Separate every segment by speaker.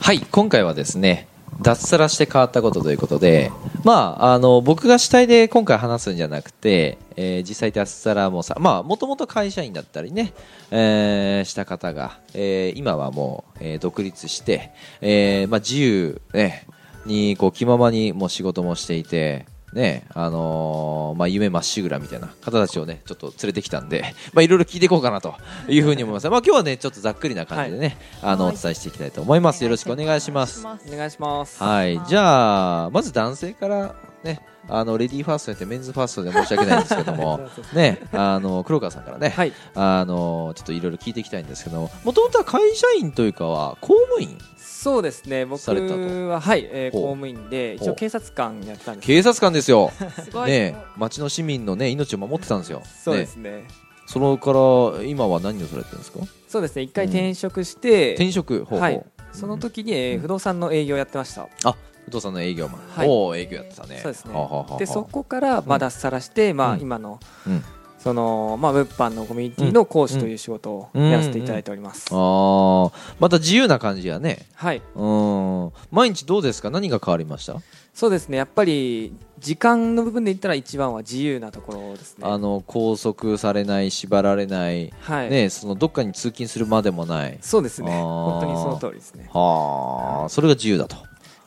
Speaker 1: はい今回はですね脱サラして変わったことということで、まあ、あの僕が主体で今回話すんじゃなくて、えー実際脱サラもさもともと会社員だったりね、えーした方が、えー今はもう、えー独立して、えーまあ、自由、ね、にこう気ままにもう仕事もしていて。ねあのーまあ、夢まっしぐらみたいな方たちをねちょっと連れてきたんで、 まあ、いろいろ聞いていこうかなというふうに思います、まあ、今日はねちょっとざっくりな感じでね、あのお
Speaker 2: はい
Speaker 1: 伝えしていきたいと思いますよろしくお願いします
Speaker 2: お
Speaker 3: お願いします。
Speaker 1: はい、じゃあまず男性からねあのレディーファーストやってメンズファーストで申し訳ないんですけど もねあの黒川さんからね、
Speaker 3: はい、
Speaker 1: あのちょっといろいろ聞いていきたいんですけどもともとは会社員というかは公務員
Speaker 3: そうですね。僕
Speaker 1: されたと
Speaker 3: ははい、えー
Speaker 1: ほう
Speaker 3: 公務員で一
Speaker 1: ほう
Speaker 3: 応警察官やってたんですけ
Speaker 1: 警察官ですよ、
Speaker 2: すごい、
Speaker 1: ね、町の市民の、ね、命を守ってたんですよ
Speaker 3: ど、そうですね。
Speaker 1: ねそのから今は何をされてるんですか
Speaker 3: そうですね。一回
Speaker 1: うん
Speaker 3: 転職して、
Speaker 1: 転職方法、
Speaker 3: はいその時に、えー
Speaker 1: うん
Speaker 3: 不動産の営業やってました。
Speaker 1: 不動産の営業マン、
Speaker 3: はい
Speaker 1: おお営業やってたね
Speaker 3: そうですね
Speaker 1: はあはあはあ
Speaker 3: でそこからまあ
Speaker 1: うん
Speaker 3: 脱サラして、ま
Speaker 1: う
Speaker 3: あ
Speaker 1: ん
Speaker 3: 今の、
Speaker 1: うん
Speaker 3: そのまあ物販のコミュニティの講師という仕事を
Speaker 1: うん
Speaker 3: やらせていただいております。
Speaker 1: あーまた自由な感じやね
Speaker 3: はい。
Speaker 1: うん毎日どうですか何が変わりました、
Speaker 3: そうですね。やっぱり時間の部分で言ったら一番は自由なところですね。
Speaker 1: あの拘束されない縛られない、
Speaker 3: はい。
Speaker 1: ね、そのどっかに通勤するまでもない
Speaker 3: そうですね。
Speaker 1: あー
Speaker 3: 本当にその通りですね。
Speaker 1: はあそれが自由だと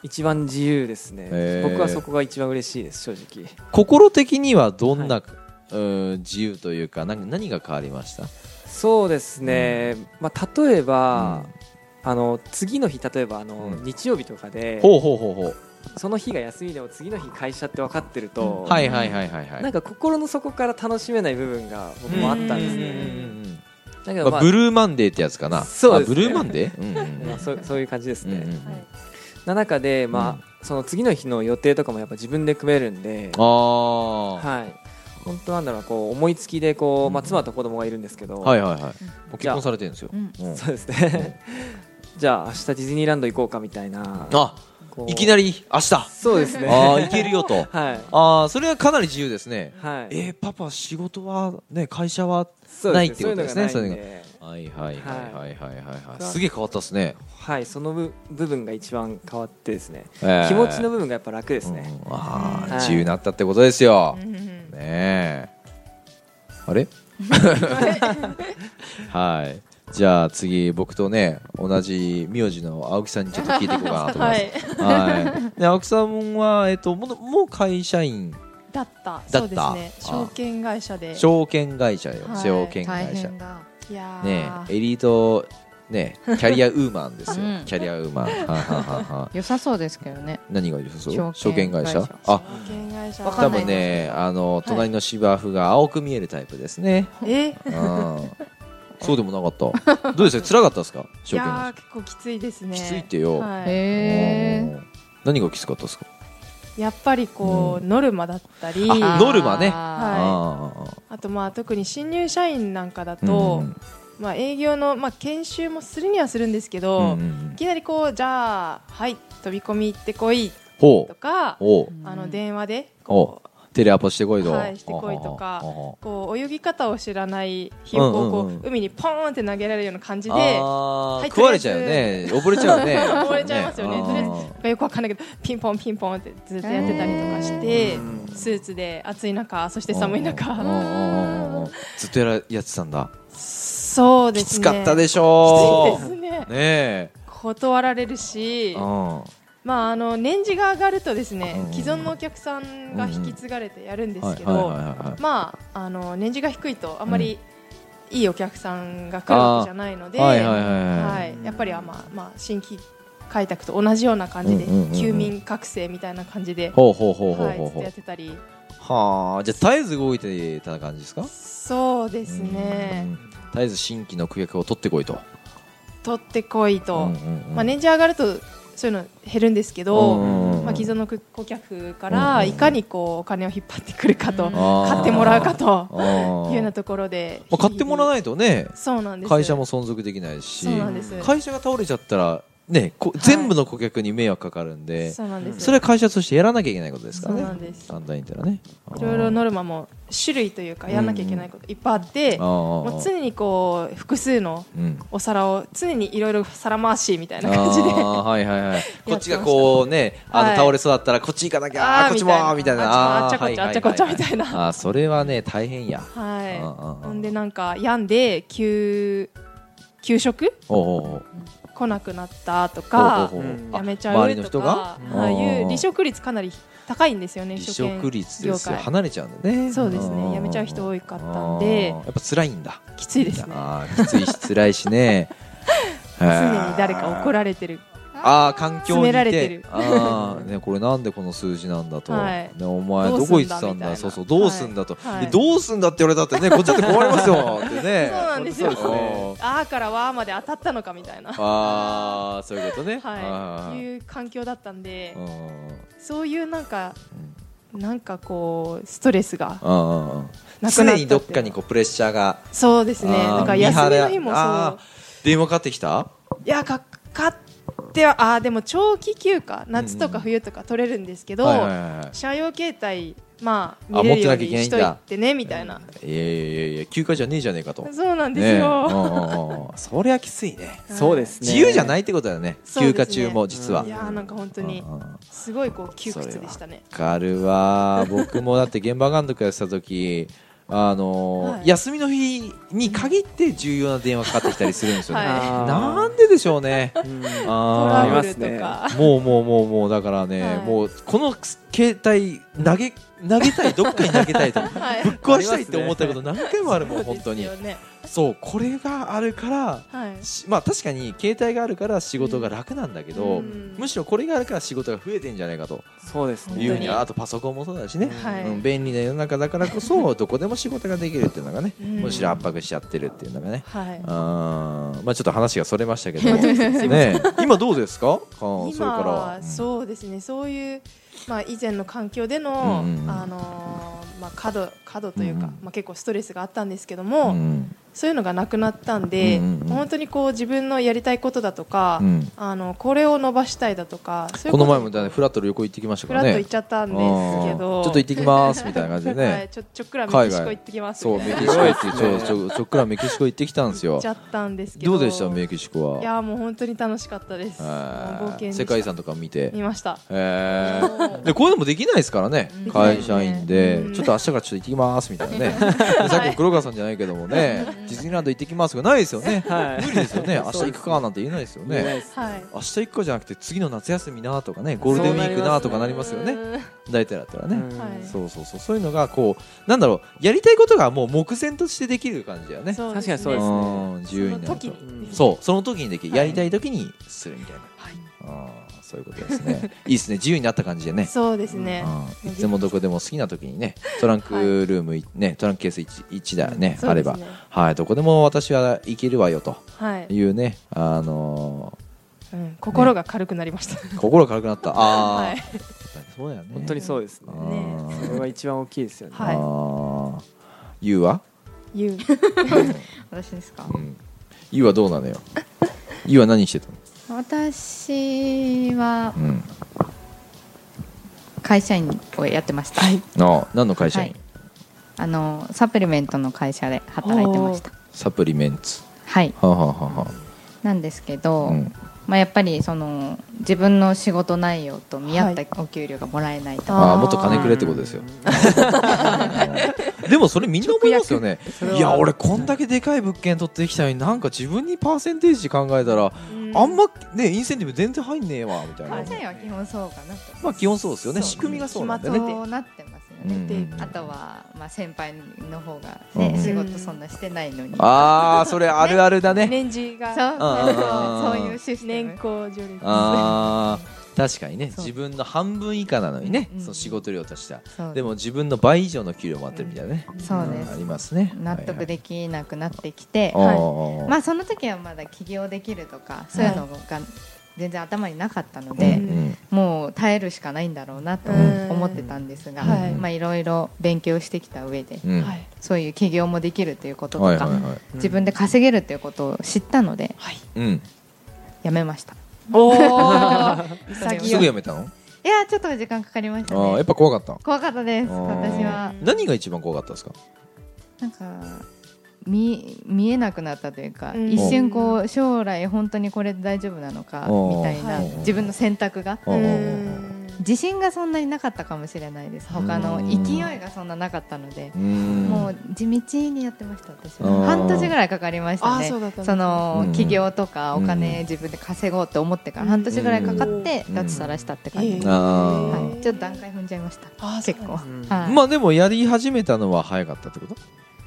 Speaker 3: 一番自由ですね
Speaker 1: へー
Speaker 3: 僕はそこが一番嬉しいです正直
Speaker 1: 心的にはどんな、うーん自由というか何何が変わりました
Speaker 3: そうですね、まあ、例えば
Speaker 1: う、
Speaker 3: あの次の日例えばあの、
Speaker 1: うん
Speaker 3: 日曜日とかで
Speaker 1: ほうほうほうほう
Speaker 3: その日が休みでも次の日会社って分かってると、
Speaker 1: はいはいはいはいはい
Speaker 3: なんか心の底から楽しめない部分が僕もあったんで
Speaker 1: うんう
Speaker 3: す
Speaker 1: ん
Speaker 3: ね
Speaker 1: うん
Speaker 3: だけ
Speaker 1: う
Speaker 3: ど、
Speaker 1: んま
Speaker 3: ま
Speaker 1: あ
Speaker 3: あ
Speaker 1: ブルーマンデーってやつかな
Speaker 3: そうです
Speaker 1: あ
Speaker 3: ね
Speaker 1: ブルーマン デーうんうん
Speaker 3: まあそうそういう感じですね、
Speaker 1: うんうん
Speaker 2: はい
Speaker 3: な中で、まあその次の日の予定とかもやっぱ自分で組めるんで
Speaker 1: ああ、は
Speaker 3: はい本当なんだろうこう思いつきでこう、まあ、妻と子供がいるんですけど、
Speaker 1: いはいはいもう結婚されてるんですよ、
Speaker 2: うん
Speaker 1: うん
Speaker 3: そうですね じゃあ明日ディズニーランド行こうかみたいな
Speaker 1: あ
Speaker 3: こう
Speaker 1: いきなり明日あ
Speaker 3: そうですね
Speaker 1: あ行けるよと
Speaker 3: はい
Speaker 1: ああそれはかなり自由ですね
Speaker 3: はい
Speaker 1: えー、パパ仕事はね会社は
Speaker 3: そう
Speaker 1: ないってことですね
Speaker 3: そういうのがないんで
Speaker 1: はいはいはいはいはいはい、はい、
Speaker 3: はい
Speaker 1: すげえ変わったですね、
Speaker 3: はいその部部分が一番変わってですね
Speaker 1: えー
Speaker 3: 気持ちの部分がやっぱ楽です
Speaker 1: う
Speaker 3: ね
Speaker 1: んああ、
Speaker 3: はい
Speaker 1: 自由になったってことですよ、
Speaker 2: うんうん
Speaker 1: ねえあれはいじゃあ次僕とね同じ名字の青木さんにちょっと聞いていこうかなと思います、はいで青木さんは、えっと、もうもう会社員
Speaker 2: だった
Speaker 1: た
Speaker 2: そうですね
Speaker 1: あー
Speaker 2: 証券会社で
Speaker 1: 証券会社よ、
Speaker 2: はい
Speaker 1: 証券
Speaker 4: 大
Speaker 1: 会社
Speaker 4: 変だ
Speaker 2: いや
Speaker 1: ね
Speaker 2: ー
Speaker 1: エリート ねキャリアウーマンですよ、
Speaker 4: うん
Speaker 1: キャリアウーマンはあはあはあはあ
Speaker 4: 良さそうですけどね
Speaker 1: 何が良さそう証
Speaker 4: 証
Speaker 1: 券
Speaker 4: 券
Speaker 1: 会
Speaker 4: 会社
Speaker 1: 社あ
Speaker 2: 証券会社
Speaker 4: わか
Speaker 1: 多
Speaker 4: んない
Speaker 1: 分ねあの隣の芝生が青く見えるタイプですね、
Speaker 2: えい
Speaker 1: うんそうでもなかったどうですか辛かったですか証券
Speaker 2: やー
Speaker 1: 会
Speaker 2: 結構きついですね
Speaker 1: きついってよ
Speaker 2: は
Speaker 4: へえ
Speaker 1: 社何がきつかったですか
Speaker 2: い、やっぱりこう、ノルマだったり
Speaker 1: あノルマね
Speaker 2: はい
Speaker 1: あー
Speaker 2: あとまあ特に新入社員なんかだと、
Speaker 1: うん
Speaker 2: まあ、営業の、まあ、研修もするにはするんですけど、
Speaker 1: うんうんうん
Speaker 2: いきなりこうじゃあはい飛び込み行ってこい
Speaker 1: ほ
Speaker 2: と
Speaker 1: う
Speaker 2: か
Speaker 1: おう
Speaker 2: あの電話で
Speaker 1: おうテレアポしてこいと、
Speaker 2: はいしてこいとか
Speaker 1: あー
Speaker 2: こう泳ぎ方を知らないひよこをこう、
Speaker 1: うんうんうん
Speaker 2: 海にポーンって投げられるような感じで
Speaker 1: あ
Speaker 2: は
Speaker 1: ー
Speaker 2: い
Speaker 1: 食われちゃうよね溺れちゃうよね
Speaker 2: 溺れちゃいますよね
Speaker 1: あー
Speaker 2: とりあえよくわかんないけどピンポンピンポンってずっとやってたりとかして
Speaker 3: うん
Speaker 2: スーツで暑い中そして寒い
Speaker 1: うんうんうんうんうん
Speaker 2: 中
Speaker 1: ずっとやらやってたんだ
Speaker 2: そうで
Speaker 1: き
Speaker 2: す
Speaker 1: つ
Speaker 2: ね
Speaker 1: かったでし
Speaker 2: き
Speaker 1: ょ
Speaker 2: ついですね
Speaker 1: ね
Speaker 2: 断られる
Speaker 1: え
Speaker 2: し
Speaker 1: うん
Speaker 2: まあ、あの年次が上がるとですね、
Speaker 1: うん
Speaker 2: 既存のお客さんが引き継がれてやるんです
Speaker 1: はい
Speaker 2: け
Speaker 1: はいはい
Speaker 2: ど
Speaker 1: はいはい
Speaker 2: まああの年次が低いとあんまりいいお客さんが来るわけじゃないので、
Speaker 1: はいはいはいはい
Speaker 2: はいやっぱりは、まあまあ、新規開拓と同じような感じで、
Speaker 1: うんうんうんうん
Speaker 2: 休眠覚醒みたいな感じで、
Speaker 1: ほうほうほうほう
Speaker 2: はい、
Speaker 1: ほ
Speaker 2: ず
Speaker 1: う
Speaker 2: っと
Speaker 1: ほ
Speaker 2: やっ
Speaker 1: う
Speaker 2: てたり
Speaker 1: はあじゃあ絶えず動いてた感じですか
Speaker 2: そうですね、
Speaker 1: うん絶えず新規の顧客を取ってこいと
Speaker 2: 取ってこいと、
Speaker 1: うんうんうん
Speaker 2: まあ、年次上がるとそういうの減るんですけ
Speaker 1: う
Speaker 2: ど、
Speaker 1: んうんうん
Speaker 2: まあ、既存の顧客か
Speaker 1: うんうんう
Speaker 2: ら
Speaker 1: ん
Speaker 2: いかにこうお金を引っ張ってくるかと、
Speaker 4: うん
Speaker 1: あー
Speaker 2: 買ってもらうかと
Speaker 1: あー
Speaker 2: いうようなところで、
Speaker 1: まあ買ってもらわないとね
Speaker 2: そうなんです
Speaker 1: 会社も存続できないし
Speaker 2: そうなんです
Speaker 1: 会社が倒れちゃったらねこ
Speaker 2: い
Speaker 1: 全部の顧客に迷惑かかるんで、
Speaker 2: そうなんですよ
Speaker 1: それは会社としてやらなきゃいけないことですから
Speaker 2: そうなん
Speaker 1: ね
Speaker 2: です
Speaker 1: 団体インタはね
Speaker 2: いろいろノルマも種類というかやらなきゃいけないこといっぱいあって、も
Speaker 1: も
Speaker 2: う常にこう複数の
Speaker 1: うん
Speaker 2: お皿を常にいろいろ皿回しみたいな
Speaker 1: あ
Speaker 2: 感じで
Speaker 1: ーはいはい はいこっちが
Speaker 2: やってました
Speaker 1: こうねあの
Speaker 2: はい
Speaker 1: 倒れそうだったらこっち行かなきゃあー
Speaker 2: あー
Speaker 1: こっちもみ
Speaker 2: み
Speaker 1: た
Speaker 2: た
Speaker 1: いな
Speaker 2: いなあーあっちこっち
Speaker 1: はは
Speaker 2: あっちこっちみたいな
Speaker 1: あーそれはね大変や
Speaker 2: はい
Speaker 1: うんうんうん
Speaker 2: ほんでなんか病んで給給食
Speaker 1: おうおうおう
Speaker 2: 来なくなったとか
Speaker 1: おうおうおう
Speaker 3: うん
Speaker 1: あ
Speaker 2: やめちゃ
Speaker 1: 周りの
Speaker 2: う
Speaker 1: 人
Speaker 2: と
Speaker 1: が
Speaker 2: か
Speaker 3: うん
Speaker 2: ああ
Speaker 1: うん
Speaker 2: い
Speaker 1: うん
Speaker 2: う離職率かなり高いんですよね
Speaker 1: 離職率ですよ
Speaker 2: 業界
Speaker 1: 離れちゃうんだね
Speaker 2: そうです
Speaker 1: んんん
Speaker 2: ねやめちゃう人多かったんで
Speaker 1: あーやっぱ辛いんだ
Speaker 2: きついですね
Speaker 1: あーきついし辛いし ね常
Speaker 2: 常に誰か怒られてる
Speaker 1: ああ環境に
Speaker 2: 詰め
Speaker 1: い
Speaker 2: られて
Speaker 1: て
Speaker 2: る
Speaker 1: あーねこれなんでこの数字なんだと、
Speaker 2: はい
Speaker 1: ねお前
Speaker 2: ど
Speaker 1: ど
Speaker 2: う
Speaker 1: こ行っ
Speaker 2: す
Speaker 1: てた
Speaker 2: んだ
Speaker 1: ん
Speaker 2: みたい
Speaker 1: だ
Speaker 2: な
Speaker 1: そうそうどうすんだと、
Speaker 2: はい
Speaker 1: でどうすんだって言われたってねこっちだって困りますよってね
Speaker 2: そうなんですよ
Speaker 1: 本当そうですね
Speaker 2: あーからわーまで当たったのかみたいな
Speaker 1: ああそういうことね
Speaker 2: はい
Speaker 1: い
Speaker 2: いう環境だったんで
Speaker 1: うんうん
Speaker 2: そういうなんかなんかこうストレスが
Speaker 1: うんうん
Speaker 2: なくなった
Speaker 1: 常にどっかにこうプレッシャーが
Speaker 2: そうですね
Speaker 1: あー
Speaker 2: なんか休みの
Speaker 1: 見
Speaker 2: 日
Speaker 1: 張
Speaker 2: も
Speaker 1: れ
Speaker 2: そ
Speaker 1: あ
Speaker 2: う
Speaker 1: ー電話かかってきた
Speaker 2: いやかかってはあーでも長期休暇夏とか冬とか取れるんですけど、
Speaker 1: はいはいはい
Speaker 2: 車用携帯まあ
Speaker 1: あ
Speaker 2: 見れるよう
Speaker 1: 持
Speaker 2: に
Speaker 1: ってなきゃい
Speaker 2: し
Speaker 1: け
Speaker 2: と
Speaker 1: ない
Speaker 2: い
Speaker 1: んだ
Speaker 2: てねみたいな、
Speaker 1: いやいやいや休暇じゃねえじゃねえかと
Speaker 2: そうなんです
Speaker 1: ねえ
Speaker 2: よ、
Speaker 1: うんうんうんそりゃきついね
Speaker 3: そうですね
Speaker 1: 自由じゃないってことだよね
Speaker 2: そ
Speaker 1: 休
Speaker 2: うですね
Speaker 1: 暇中も実は
Speaker 2: うんいやーなんか本当に
Speaker 1: うんうん
Speaker 2: すごいこう窮屈でしたね
Speaker 1: わかるわ僕もだって現場監督やってた時あのー
Speaker 2: はい
Speaker 1: 休みの日に限って重要な電話かかってきたりするんですよね、
Speaker 2: はい
Speaker 1: なんででしょう ね
Speaker 3: うん
Speaker 2: ト
Speaker 1: あ
Speaker 2: ラ
Speaker 1: ー
Speaker 2: ブルと
Speaker 3: あ
Speaker 2: か、
Speaker 1: もうもうもうもうだからね、
Speaker 2: はい
Speaker 1: もうこの携帯投げ投げたいどっかに投げ たいとぶっ
Speaker 2: はい
Speaker 1: 壊したいって思ったこと何回もあるもん
Speaker 2: そう
Speaker 1: 本
Speaker 2: です
Speaker 1: 当に
Speaker 2: よね
Speaker 1: そうこれがあるから
Speaker 2: はい
Speaker 1: しまあ確かに携帯があるから仕事が楽なんだけど、
Speaker 2: うん
Speaker 1: むしろこれがあるから仕事が増えてんじゃないかと
Speaker 3: そうです
Speaker 1: いうふう
Speaker 2: 本当
Speaker 1: に
Speaker 2: に
Speaker 1: あとパソコンもそうだしね、
Speaker 2: はい
Speaker 1: うん、便利な世の中だからこそどこでも仕事ができるっていうのがね、
Speaker 2: うん
Speaker 1: むしろ圧迫しちゃってるっていうのがね、
Speaker 2: はい
Speaker 1: あーまあちょっと話がそれましたけど
Speaker 2: 本当 です
Speaker 1: ね今どうですかかそれか
Speaker 2: 今
Speaker 1: らは
Speaker 2: はそうですねそういう、まあ、以前の環境での、
Speaker 1: うんうんうん
Speaker 2: あのーまあ、過度過度というか、
Speaker 1: うんうん
Speaker 2: まあ、結構ストレスがあったんですけど
Speaker 1: う
Speaker 2: も、
Speaker 1: ん
Speaker 2: そういうのがなくなったんで、
Speaker 1: うんうんうん
Speaker 2: 本当にこう自分のやりたいことだとか、
Speaker 1: うん
Speaker 2: あのこれを伸ばしたいだとかそういう
Speaker 1: この
Speaker 2: と
Speaker 1: 前もだねフラットの旅行行ってきました
Speaker 2: ふ
Speaker 1: からら
Speaker 2: っ
Speaker 1: ね
Speaker 2: と行っちゃったんですけ
Speaker 1: あー
Speaker 2: ど
Speaker 1: ちょっと行ってきますみたいな感じで
Speaker 2: はい、
Speaker 1: ね
Speaker 2: ちょちょっくらメキシコ行ってきます
Speaker 1: そう
Speaker 2: み
Speaker 1: メ
Speaker 2: たい
Speaker 1: キ
Speaker 2: な
Speaker 1: シコ行って
Speaker 3: す
Speaker 1: ちょ
Speaker 3: ご
Speaker 1: ち
Speaker 3: い
Speaker 1: ょちょっくらメキシコ行ってきたんです
Speaker 2: 行
Speaker 1: よ
Speaker 2: っちゃったんですけど
Speaker 1: どうでしたメキシコはい
Speaker 2: やもう本当に楽しかったです
Speaker 1: はい
Speaker 2: もう冒険でした
Speaker 1: 世界遺産とか見て
Speaker 2: 見ました
Speaker 1: え
Speaker 2: もう
Speaker 1: でこういうのもできないですからね
Speaker 4: うん、
Speaker 1: 会社員で、
Speaker 2: うん
Speaker 1: ちょっと明日からちょっと行ってきますみたいなね、さっきの黒川さんじゃないけどもね、ディズニーランド行ってきますがないですよね、
Speaker 3: はい
Speaker 1: 無理ですよ ね、明日行くかなんて言えないですよね、
Speaker 2: はい
Speaker 1: 明日行くかじゃなくて、次の夏休みなとかね、ゴールデンウィークなとかなりますよね、
Speaker 2: うん
Speaker 1: 大体だったらね、
Speaker 3: うん
Speaker 2: はい
Speaker 1: そうそうそう、そういうのがこう、なんだろう、やりたいことがもう目前としてできる感じだよね、
Speaker 2: そうです
Speaker 3: 確かにそうです
Speaker 1: うん自由にな
Speaker 2: そ
Speaker 1: る
Speaker 2: の時
Speaker 1: と。
Speaker 2: に
Speaker 1: そう、その時にできる、
Speaker 2: はい
Speaker 1: やりたい時にするみたいな、あーそういうことですね、いいですね、自由になった感じでね。
Speaker 2: そうですね。
Speaker 1: うんいつでもどこでも好きな時にねトランクルームい、ねトランクケース 1, 一台ね、
Speaker 2: そう
Speaker 1: あれ
Speaker 2: です
Speaker 1: ば
Speaker 2: ね
Speaker 1: はいどこでも私は行けるわよと
Speaker 2: はい。
Speaker 1: いうねあの
Speaker 2: うん心が軽くなりました。
Speaker 1: ー心軽くなったあー、
Speaker 2: はい。
Speaker 1: そうだよね
Speaker 3: 本当にそうです
Speaker 1: あ
Speaker 3: ね
Speaker 1: ー
Speaker 2: ね
Speaker 3: それは一番大きいですよね
Speaker 2: は
Speaker 1: あ
Speaker 2: い
Speaker 1: ーゆうは、
Speaker 2: 言う。
Speaker 4: 私ですか
Speaker 1: うん、ゆうはどうなのよゆうは何してたの、
Speaker 4: 私は
Speaker 1: うん、
Speaker 4: 会社員をやってました、
Speaker 1: あー何の会社員、
Speaker 4: はいあのサプリメントの会社で働いてました
Speaker 1: サプリメンツ
Speaker 4: はい
Speaker 1: はあ、はあは
Speaker 4: なんですけ
Speaker 1: あ
Speaker 4: ど、
Speaker 1: はあうん、
Speaker 4: まあ、やっぱりその自分の仕事内容と見合っ
Speaker 2: は
Speaker 4: たお給料がもらえないと、
Speaker 1: あ
Speaker 2: あ
Speaker 1: ー
Speaker 2: ー
Speaker 1: もっと金くれってことですよ でもそれみんな思いますよね
Speaker 3: 直訳
Speaker 1: いや俺こんだけでかい物件取ってきたのになんか自分にパーセンテージ考えたらあんまねインセンティブ全然入んねえわみたいな
Speaker 4: 会社員は基本そうかなと
Speaker 1: まあ基本そうですよね
Speaker 4: そう
Speaker 1: 仕組みがそうなんだよ
Speaker 4: そ
Speaker 1: ね
Speaker 2: 決まってて
Speaker 4: うなってますよ
Speaker 1: う
Speaker 4: ね、
Speaker 1: んうん
Speaker 4: あとは、まあ、先輩の方が、
Speaker 1: う
Speaker 4: ね
Speaker 1: んうん
Speaker 4: 仕事そんなしてないのに
Speaker 1: ああそれあるあるだね
Speaker 2: 年次
Speaker 4: そう
Speaker 2: が
Speaker 4: そう
Speaker 1: うん
Speaker 4: そうそういうシステ
Speaker 2: 年
Speaker 4: ム
Speaker 2: 功序列。
Speaker 1: あー確かにね
Speaker 4: そう
Speaker 1: 自分の半分以下なのにね
Speaker 4: うん
Speaker 1: その仕事量としては
Speaker 4: そう
Speaker 1: でも自分の倍以上の給料もらってるみたいなね
Speaker 4: そう
Speaker 1: うん
Speaker 4: で
Speaker 1: あ
Speaker 4: す
Speaker 1: りますね
Speaker 4: 納得できなくなってきて、
Speaker 1: はいはいおー
Speaker 4: まあその時はまだ起業できるとかそういうのが全然頭になかったので、
Speaker 1: うんうん
Speaker 4: もう耐えるしかないんだろうなと
Speaker 2: うん
Speaker 4: 思ってたんですが、
Speaker 2: はい
Speaker 4: まあいろいろ勉強してきた上で、
Speaker 1: うん
Speaker 2: はい。
Speaker 4: そういう起業もできるということとか、
Speaker 1: はいはいはい
Speaker 4: 自分で稼げるということを知ったので
Speaker 2: はい。
Speaker 1: うん
Speaker 4: やめました。
Speaker 2: おお
Speaker 4: 潔い
Speaker 1: すぐやめたの
Speaker 4: いやちょっと時間かかりました
Speaker 1: ああやっ
Speaker 4: ね
Speaker 1: ぱ怖かった
Speaker 4: 怖かったです
Speaker 1: あー
Speaker 4: 私は
Speaker 1: 何が一番怖かったですか
Speaker 4: なんか見見えなくなったというか、
Speaker 2: うん
Speaker 4: 一瞬こう将来本当にこれで大丈夫なのか
Speaker 1: うん
Speaker 4: みたいな
Speaker 2: はい
Speaker 4: 自分の選択が
Speaker 1: うん
Speaker 4: 自信がそんなになかったかもしれないです他の
Speaker 1: うん
Speaker 4: 勢いがそんななかったので
Speaker 1: うーん
Speaker 4: もう地道にやってました私は
Speaker 1: うん
Speaker 4: 半年ぐらいかかりました
Speaker 2: あー
Speaker 4: ね
Speaker 2: そうだったんだ
Speaker 4: その
Speaker 1: うん
Speaker 4: 起業とかお
Speaker 1: うん
Speaker 4: 金自分で稼ごうと思ってから半年ぐらいかかって
Speaker 1: うん
Speaker 4: 脱サラしたって感じ
Speaker 2: うん
Speaker 4: は
Speaker 1: あー
Speaker 4: いちょっと段階踏んじゃいました
Speaker 2: あー
Speaker 4: 結構
Speaker 3: そうなんですね
Speaker 4: はい
Speaker 1: まあでもやり始めたのは早かったってこと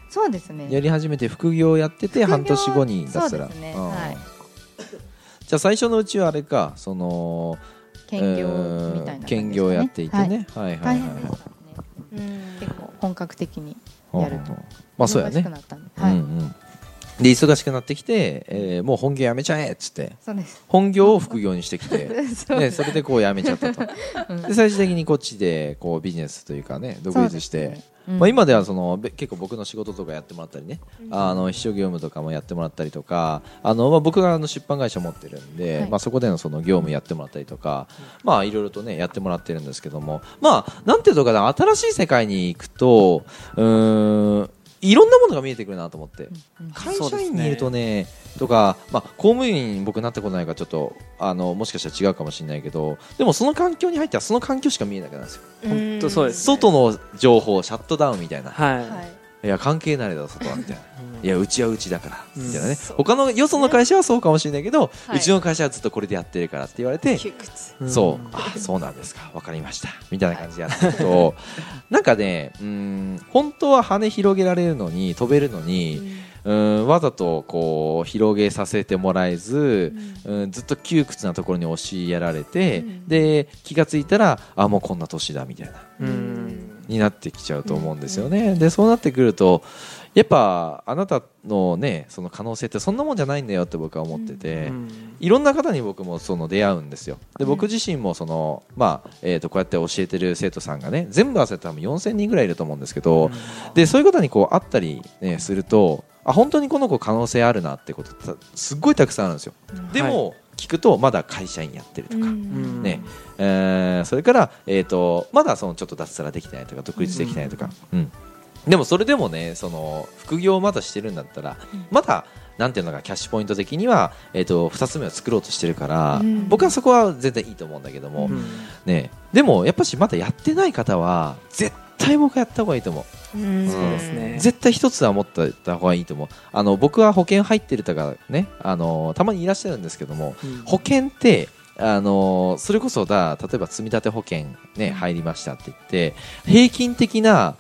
Speaker 4: そうですね
Speaker 1: やり始めて副業やってて
Speaker 4: 副業
Speaker 1: 半年後に脱サ
Speaker 4: そ
Speaker 1: ラ
Speaker 4: うですね
Speaker 1: あー
Speaker 4: はい
Speaker 1: じゃあ最初のうちはあれかその
Speaker 4: 兼業みたいな感じですかね
Speaker 1: えー兼業やっていてねはいは
Speaker 4: はい
Speaker 1: はい
Speaker 4: い大変でした
Speaker 1: は
Speaker 4: ね
Speaker 2: うん
Speaker 4: 結構本格的に
Speaker 1: い
Speaker 4: やると
Speaker 1: うんまあそうや
Speaker 4: 忙しく
Speaker 1: ね
Speaker 4: なったんで
Speaker 1: うん
Speaker 4: は
Speaker 1: う
Speaker 4: い
Speaker 1: んで忙しくなってきてえーもう本業やめちゃえっつって
Speaker 4: そうです
Speaker 1: 本業を副業にしてき て
Speaker 4: そう
Speaker 1: ねそれでこうやめちゃったと
Speaker 4: うん
Speaker 1: で最終的にこっちでこうビジネスというかね独立し
Speaker 4: そう
Speaker 1: て
Speaker 4: ですねうん
Speaker 1: まあ、今ではそのべ結構僕の仕事とかやってもらったりね、
Speaker 2: うん
Speaker 1: あの秘書業務とかもやってもらったりとかあの、まあ、僕があの出版会社持ってるんで、
Speaker 4: はい
Speaker 1: まあ、そこでのその業務やってもらったりとか、まあ、いろいろとねやってもらってるんですけども、まあ、なんていうのかな新しい世界に行くとうーんいろんなものが見えてくるなと思って。
Speaker 4: うん
Speaker 1: 会
Speaker 3: そう
Speaker 1: 社
Speaker 3: です
Speaker 1: 員
Speaker 3: ね
Speaker 1: にいるとねとか、まあ、公務員僕なったことないからちょっとあのもしかしたら違うかもしれないけどでもその環境に入ったらその環境しか見えなくなるんですよ
Speaker 3: 本当そうです
Speaker 1: 外の情報シャットダウンみたいな
Speaker 3: はい、
Speaker 2: はい
Speaker 1: いや関係ないだろ外はみたいないやうちはうちだから
Speaker 3: うん
Speaker 1: みたいなね
Speaker 2: そう
Speaker 1: 他のよその会社はそうかもしれないけど、
Speaker 2: はいう
Speaker 1: ちの会社はずっとこれでやってるからって言われて
Speaker 2: 窮屈
Speaker 3: うん
Speaker 1: そうあそうなんですかわかりましたみたいな感じでやってるとなんかねうん本当は羽広げられるのに飛べるのにうんわざとこう広げさせてもらえずうんずっと窮屈なところに押しやられて、
Speaker 2: うん
Speaker 1: で気がついたらあもうこんな年だみたいな
Speaker 3: うん
Speaker 1: になってきちゃうと思うんですよね。でそうなってくるとやっぱあなたのねその可能性ってそんなもんじゃないんだよって僕は思ってて。
Speaker 3: うん
Speaker 1: いろんな方に僕もその出会うんですよで
Speaker 2: うん
Speaker 1: 僕自身もその、まあえー、とこうやって教えてる生徒さんがね全部合わせて多分4000人ぐらいいると思うんですけど、でそういう方にこう会ったり、ね、するとあ本当にこの子可能性あるなってことたすっごいたくさんあるんですよでも、聞くとまだ会社員やってるとか、
Speaker 3: うん
Speaker 1: ねえーそれから、えー、とまだそのちょっと脱サラできてないとか独立できてないとか、うんでもそれでもねその副業をまだしてるんだったら、まだなんていうのかキャッシュポイント的には、えー、と2つ目を作ろうとしてるから、
Speaker 2: うん
Speaker 1: 僕はそこは全然いいと思うんだけども、
Speaker 3: うん
Speaker 1: ね、でもやっぱしまだやってない方は絶対僕はやった方がいいと思う。
Speaker 2: うん
Speaker 1: そうです
Speaker 3: ね
Speaker 1: 絶対一つは持ってた方がいいと思うあの僕は保険入ってるとかねあのたまにいらっしゃるんですけども
Speaker 3: うん
Speaker 1: 保険ってあのそれこそだ例えば積立保険、ね、入りましたって言って平均的な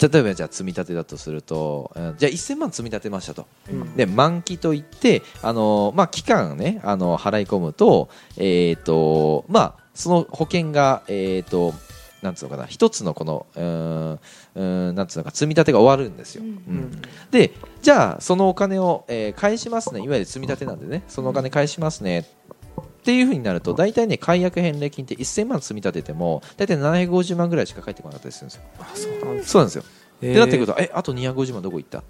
Speaker 1: 例えばじゃあ積み立てだとするとうんじゃあ1000万積み立てましたと
Speaker 3: うん
Speaker 1: で満期といってあの、まあ、期間を、ね、あの払い込むと,、えーとまあ、その保険が、えー、となんつうのかな一つのこのうーんうーんなんつうのか積み立てが終わるんですよ。
Speaker 2: うん
Speaker 1: うんでじゃあそのお金を、えー返しますねいわゆる積み立てなんでねそのお金返しますねっていうふうになると大体ね解約返礼金って1000万積み立てても大体750万ぐらいしか返ってこなかったりするんですよ。
Speaker 3: あそうなんです
Speaker 1: そうなんですよ、
Speaker 3: え
Speaker 1: ってなってくるとえあと250万どこ行った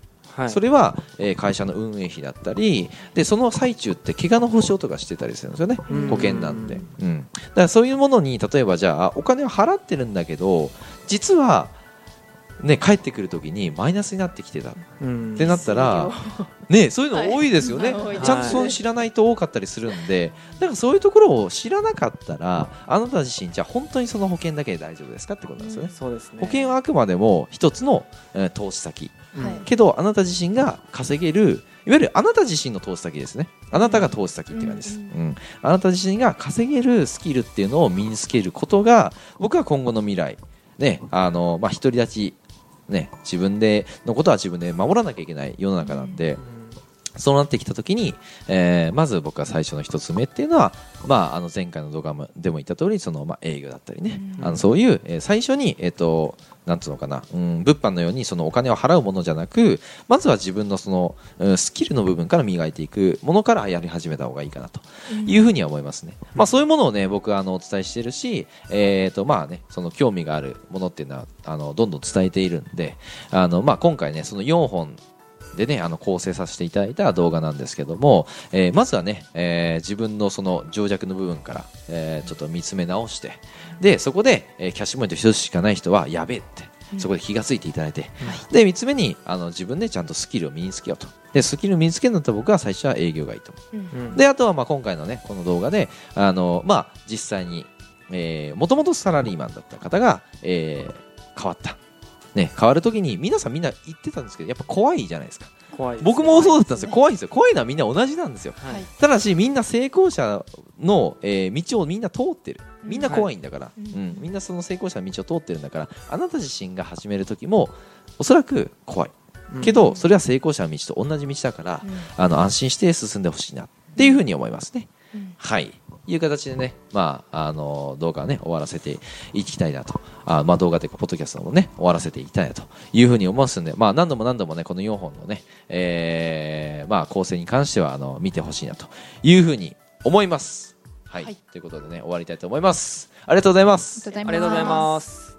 Speaker 3: はい
Speaker 1: それは、えー会社の運営費だったりでその最中って怪我の保証とかしてたりするんですよね
Speaker 3: うん
Speaker 1: 保険なんで、うん、だからそういうものに例えばじゃあお金を払ってるんだけど実は、ね、帰ってくる時にマイナスになってきてたっ
Speaker 3: うん
Speaker 1: てなったら、ね、そういうの多いですよね、
Speaker 2: はいはい
Speaker 1: ちゃんとそういう知らないと多かったりするんでだからそういうところを知らなかったらあなた自身じゃあ本当にその保険だけで大丈夫ですかってことなんですよね。
Speaker 3: そうですね
Speaker 1: 保険はあくまでも一つの、えー投資先
Speaker 3: うん
Speaker 2: はい
Speaker 1: けどあなた自身が稼げるいわゆるあなた自身の投資先ですねあなたが投資先って感じです、う
Speaker 2: うんん
Speaker 1: あなた自身が稼げるスキルっていうのを身につけることが僕は今後の未来ねあのまあ独り立ちね自分でのことは自分で守らなきゃいけない世の中なんで、
Speaker 3: うん
Speaker 1: そうなってきたときに、えーまず僕は最初の一つ目っていうのは、まあ、あの前回の動画もでも言った通りそのまあ営業だったりね、
Speaker 3: うん
Speaker 1: あのそういう、えー最初に、えー、となんつうのかな、うん、物販のようにそのお金を払うものじゃなくまずは自分のその、うんスキルの部分から磨いていくものからやり始めた方がいいかなというふうには思いますね、まあ、そういうものをね僕はあのお伝えしてるし、えーとまあね、その興味があるものっていうのはあのどんどん伝えているんであの、まあ、今回ねその4本でねあの構成させていただいた動画なんですけども、えーまずはね、えー自分のその情弱の部分から、えーちょっと見つめ直してでそこで、えーキャッシュポイント一つしかない人はやべえってそこで気がついていただいて、で3つ目にあの自分でちゃんとスキルを身につけようとでスキルを身につけるんだったら僕は最初は営業がいいと思う
Speaker 3: うん
Speaker 1: であとはまあ今回のねこの動画であの、まあ、実際にもともとサラリーマンだった方が、えー変わった、ね、変わる時に皆さんみんな言ってたんですけどやっぱ怖いじゃないですか
Speaker 3: 怖いですね
Speaker 1: 僕もそうだったんですよ
Speaker 2: はい
Speaker 1: 怖いんですよ怖いのはみんな同じなんですよ
Speaker 3: はい
Speaker 1: ただしみんな成功者の、えー道をみんな通ってるみんな怖いんだから、
Speaker 2: うん
Speaker 1: うんみんなその成功者の道を通ってるんだからあなた自身が始める時もおそらく怖い
Speaker 3: うん
Speaker 1: けどそれは成功者の道と同じ道だから、あの安心して進んでほしいなっていうふうに思いますね。
Speaker 2: うん
Speaker 1: はい。いう形でね、まあ、あの、動画はね、終わらせていきたいなと。あまあ、動画というか、ポッドキャストもね、終わらせていきたいなというふうに思いますんで、まあ、何度も何度もね、この4本のね、えーまあ、構成に関しては、あの、見てほしいなというふうに思います。はい。
Speaker 2: はい
Speaker 1: ということでね、終わりたいと思います。ありがとうございます。
Speaker 4: あり
Speaker 3: ありがとうございます